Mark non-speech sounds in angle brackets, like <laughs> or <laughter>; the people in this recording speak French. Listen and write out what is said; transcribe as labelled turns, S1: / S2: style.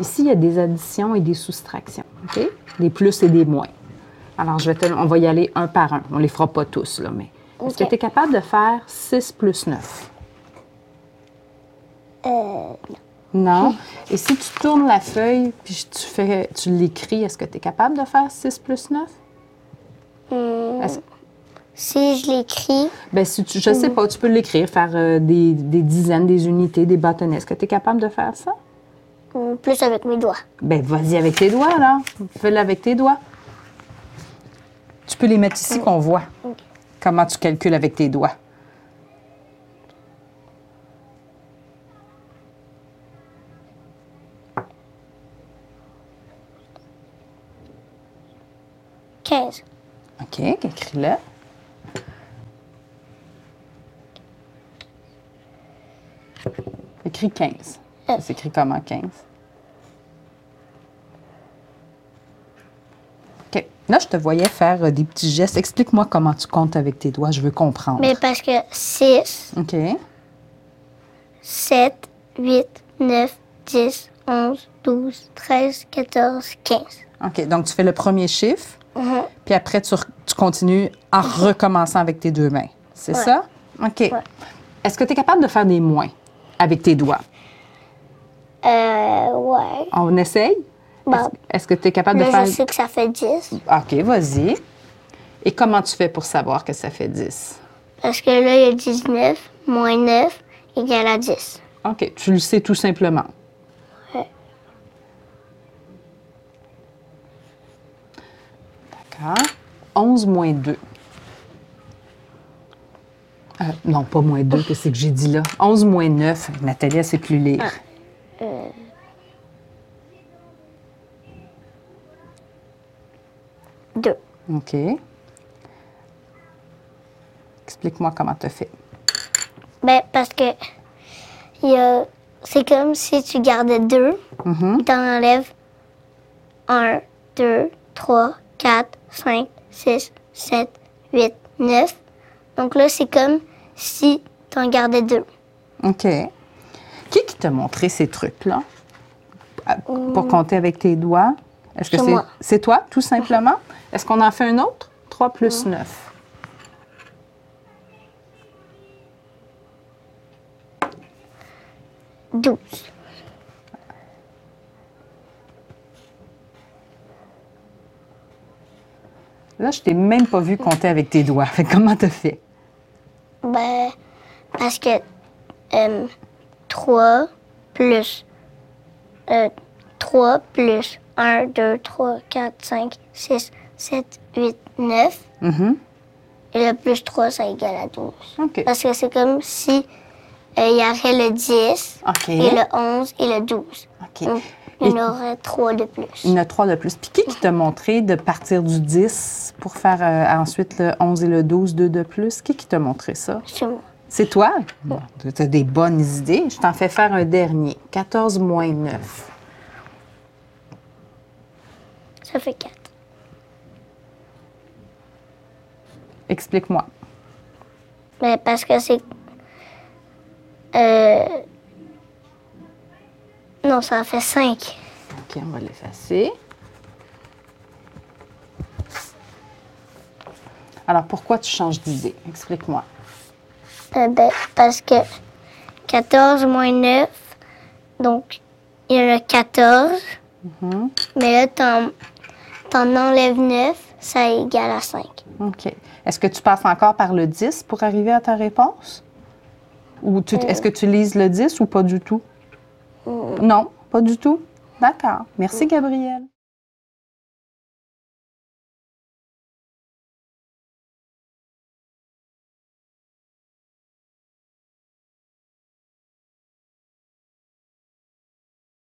S1: Ici, il y a des additions et des soustractions, OK? Des plus et des moins. Alors, je vais te- on va y aller un par un. On les fera pas tous, là, mais... Est-ce que
S2: Ok.
S1: tu es capable de faire 6 plus 9?
S2: Euh,
S1: Non. <laughs> Et si tu tournes la feuille, puis tu, fais, tu l'écris, est-ce que tu es capable de faire 6 plus 9?
S2: hum,
S1: Est-ce-
S2: si je l'écris,
S1: Ben, si tu, je
S2: Mm.
S1: sais pas, tu peux l'écrire, faire euh, des, des dizaines, des unités, des bâtonnets. Est-ce que tu es capable de faire ça?
S2: hum, plus avec mes doigts.
S1: Ben, vas-y avec tes doigts, là. Fais-le avec tes doigts. Tu peux les mettre ici qu'on voit.
S2: Ok.
S1: Comment tu calcules avec tes doigts.
S2: Quinze.
S1: OK, écris-le. Écris 15. Ça s'écrit comment, 15? OK. Là, je te voyais faire euh, des petits gestes. Explique-moi comment tu comptes avec tes doigts. Je veux comprendre.
S2: Mais parce que 6,
S1: OK.
S2: 7, 8, 9, 10, 11, 12, 13, 14, 15.
S1: OK. Donc, tu fais le premier chiffre,
S2: Uh-huh.
S1: puis après, tu, re- tu continues en recommençant avec tes deux mains. C'est
S2: Ouais.
S1: ça? OK. Est-ce que tu es capable de faire des moins avec tes doigts?
S2: Euh, ouais.
S1: On essaye?
S2: Bon.
S1: Est-ce- Est-ce que tu es capable de
S2: Là,
S1: faire.
S2: Bah. je sais que ça fait 10.
S1: OK, vas-y. Et comment tu fais pour savoir que ça fait 10?
S2: Parce que là, il y a 19 moins 9 égale à 10.
S1: OK, tu le sais tout simplement.
S2: Ouais.
S1: D'accord. 11 moins 2. Euh, non, pas moins 2, que c'est que j'ai dit là. 11 moins 9. Nathalie, elle sait plus lire.
S2: Deux.
S1: OK. Explique-moi comment tu fais.
S2: Ben, parce que il y a- c'est comme si tu gardais 2,
S1: Mhm.
S2: t'en enlèves 1, 2, 3, 4, 5, 6, 7, 8, 9. Donc là, c'est comme si t'en gardais 2.
S1: OK. Qui qui t'a montré ces trucs-là? À- Pour compter avec tes doigts? Est-ce que
S2: Euh, C'est
S1: c'est,
S2: moi.
S1: c'est toi, tout simplement? Est-ce qu'on en fait un autre? 3 plus 9.
S2: Douze.
S1: Là, je t'ai même pas vu compter avec tes doigts. <laughs> Fait que comment t'as fait?
S2: Ben, parce que 3 plus 3 plus 1, 2, 3, 4, 5, 6, 7, 8, 9.
S1: Mhm.
S2: Et le plus 3, ça égale à 12.
S1: OK.
S2: Parce que c'est comme si euh, il y aurait le 10,
S1: OK.
S2: et le 11 et le 12.
S1: OK.
S2: Donc, il y en aurait 3 de plus.
S1: Il y en a trois de plus. Puis qui qui t'a montré de partir du 10 pour faire euh, ensuite le 11 et le 12, 2 de plus? Qui qui t'a montré ça?
S2: C'est moi.
S1: C'est toi? Tu as des bonnes idées. Je t'en fais faire un dernier. 14 moins 9.
S2: Ça fait 4.
S1: Explique-moi.
S2: Mais parce que c'est. Euh... Non, ça en fait 5.
S1: OK, on va l'effacer. Alors, pourquoi tu changes d'idée? Explique-moi.
S2: Euh, ben, parce que 14 moins 9, donc il y en a 14. Mais là, t'en, t'en enlèves 9, ça égale à 5.
S1: OK. Est-ce que tu passes encore par le 10 pour arriver à ta réponse? Ou tu- est-ce que tu lises le 10 ou pas du tout? Non, pas du tout. D'accord. Merci, Gabrielle.